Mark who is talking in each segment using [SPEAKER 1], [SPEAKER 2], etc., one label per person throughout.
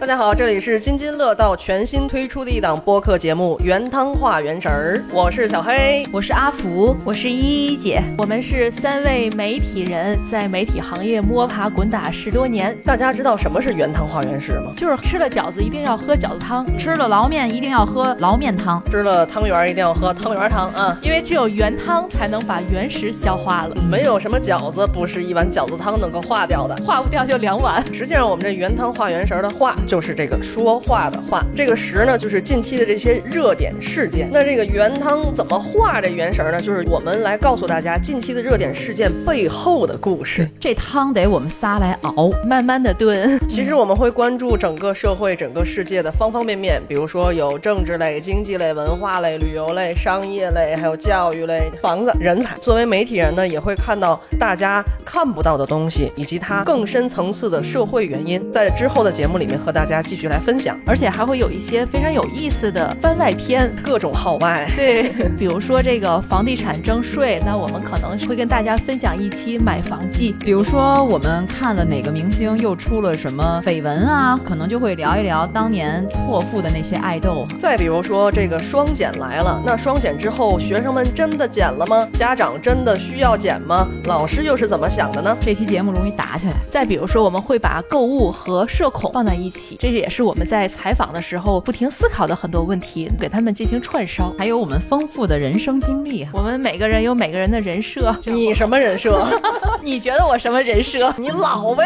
[SPEAKER 1] 大家好，这里是津津乐道全新推出的一档播客节目《原汤化原食儿》，我是小黑。
[SPEAKER 2] 我是阿福，
[SPEAKER 3] 我是依依姐，
[SPEAKER 2] 我们是三位媒体人，在媒体行业摸爬滚打十多年，
[SPEAKER 1] 大家知道什么是原汤化原食吗？
[SPEAKER 2] 就是吃了饺子一定要喝饺子汤，
[SPEAKER 3] 吃了捞面一定要喝捞面汤。
[SPEAKER 1] 吃了汤圆儿一定要喝汤圆儿汤啊！
[SPEAKER 2] 因为只有原汤才能把原食消化了，
[SPEAKER 1] 没有什么饺子不是一碗饺子汤能够化掉的。
[SPEAKER 2] 化不掉就两碗。
[SPEAKER 1] 实际上，我们这原汤化原食儿的话，就是这个说话的话。这个食呢，就是近期的这些热点事件。那这个原汤怎么化这原食儿呢？就是我们来告诉大家近期的热点事件背后的故事。
[SPEAKER 3] 这汤得我们仨来熬。
[SPEAKER 2] 慢慢的炖，
[SPEAKER 1] 其实我们会关注整个社会、整个世界的方方面面，比如说有政治类、经济类、文化类、旅游类、商业类，还有教育类、房子、人才。作为媒体人呢，也会看到大家看不到的东西，以及它更深层次的社会原因，在之后的节目里面和大家继续来分享
[SPEAKER 2] 而且还会有一些非常有意思的番外篇。
[SPEAKER 1] 各种号外。
[SPEAKER 2] 对， 比如说这个房地产征税，那我们可能会跟大家分享一期买房记。
[SPEAKER 3] 比如说，我们看了哪个明星又出了什么绯闻啊，可能就会聊一聊当年错付的那些爱豆。
[SPEAKER 1] 再比如说，这个双减来了，那双减之后，学生们真的减了吗？家长真的需要减吗？老师又是怎么想的呢？
[SPEAKER 3] 这期节目容易打起来。
[SPEAKER 2] 再比如说，我们会把购物和社恐放在一起，这也是我们在采访的时候不停思考的很多问题，给他们进行串烧。
[SPEAKER 3] 还有我们丰富的人生经历啊，
[SPEAKER 2] 我们每个人有每个人的人设，
[SPEAKER 1] 你什么人设？
[SPEAKER 2] 你觉得我什么人 设？
[SPEAKER 1] 你老呗。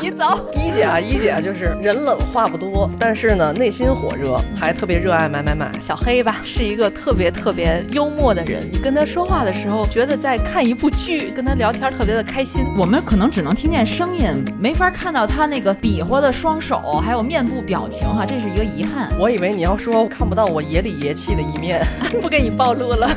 [SPEAKER 2] 你走。
[SPEAKER 1] 一姐啊，一姐啊就是人冷话不多，但是呢内心火热，还特别热爱买买买。
[SPEAKER 2] 小黑吧，是一个特别特别幽默的人。你跟他说话的时候，觉得在看一部剧，跟他聊天特别的开心。
[SPEAKER 3] 我们可能只能听见声音，没法看到他那个比划的双手，还有面部表情哈、这是一个遗憾。
[SPEAKER 1] 我以为你要说看不到我爷里爷气的一面。
[SPEAKER 2] 不给你暴露了，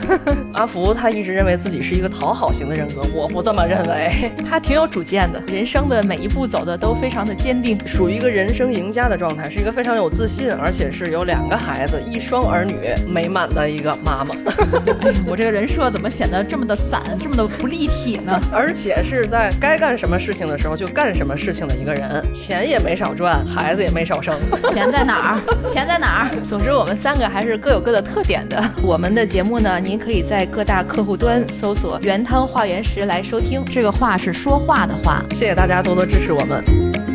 [SPEAKER 1] 阿福他一直认为自己是一个讨好型的人格，我不这么认为，
[SPEAKER 2] 他挺有主见的，人生的每一步走的都非常的坚定。
[SPEAKER 1] 属于一个人生赢家的状态，是一个非常有自信，而且是有两个孩子、一双儿女美满的一个妈 妈，
[SPEAKER 3] 哎呀我这个人设怎么显得这么的散，这么的不立体呢？
[SPEAKER 1] 而且是在该干什么事情的时候就干什么事情的一个人，钱也没少赚，孩子也没少生。
[SPEAKER 3] 钱在哪 儿？钱在哪儿？
[SPEAKER 2] 总之，我们三个还是各有各的特点的。我们的节目呢，您可以在各大客户端搜索“原汤化原食”来收听。
[SPEAKER 3] 这个话是说话的话。
[SPEAKER 1] 谢谢大家多多支持我们。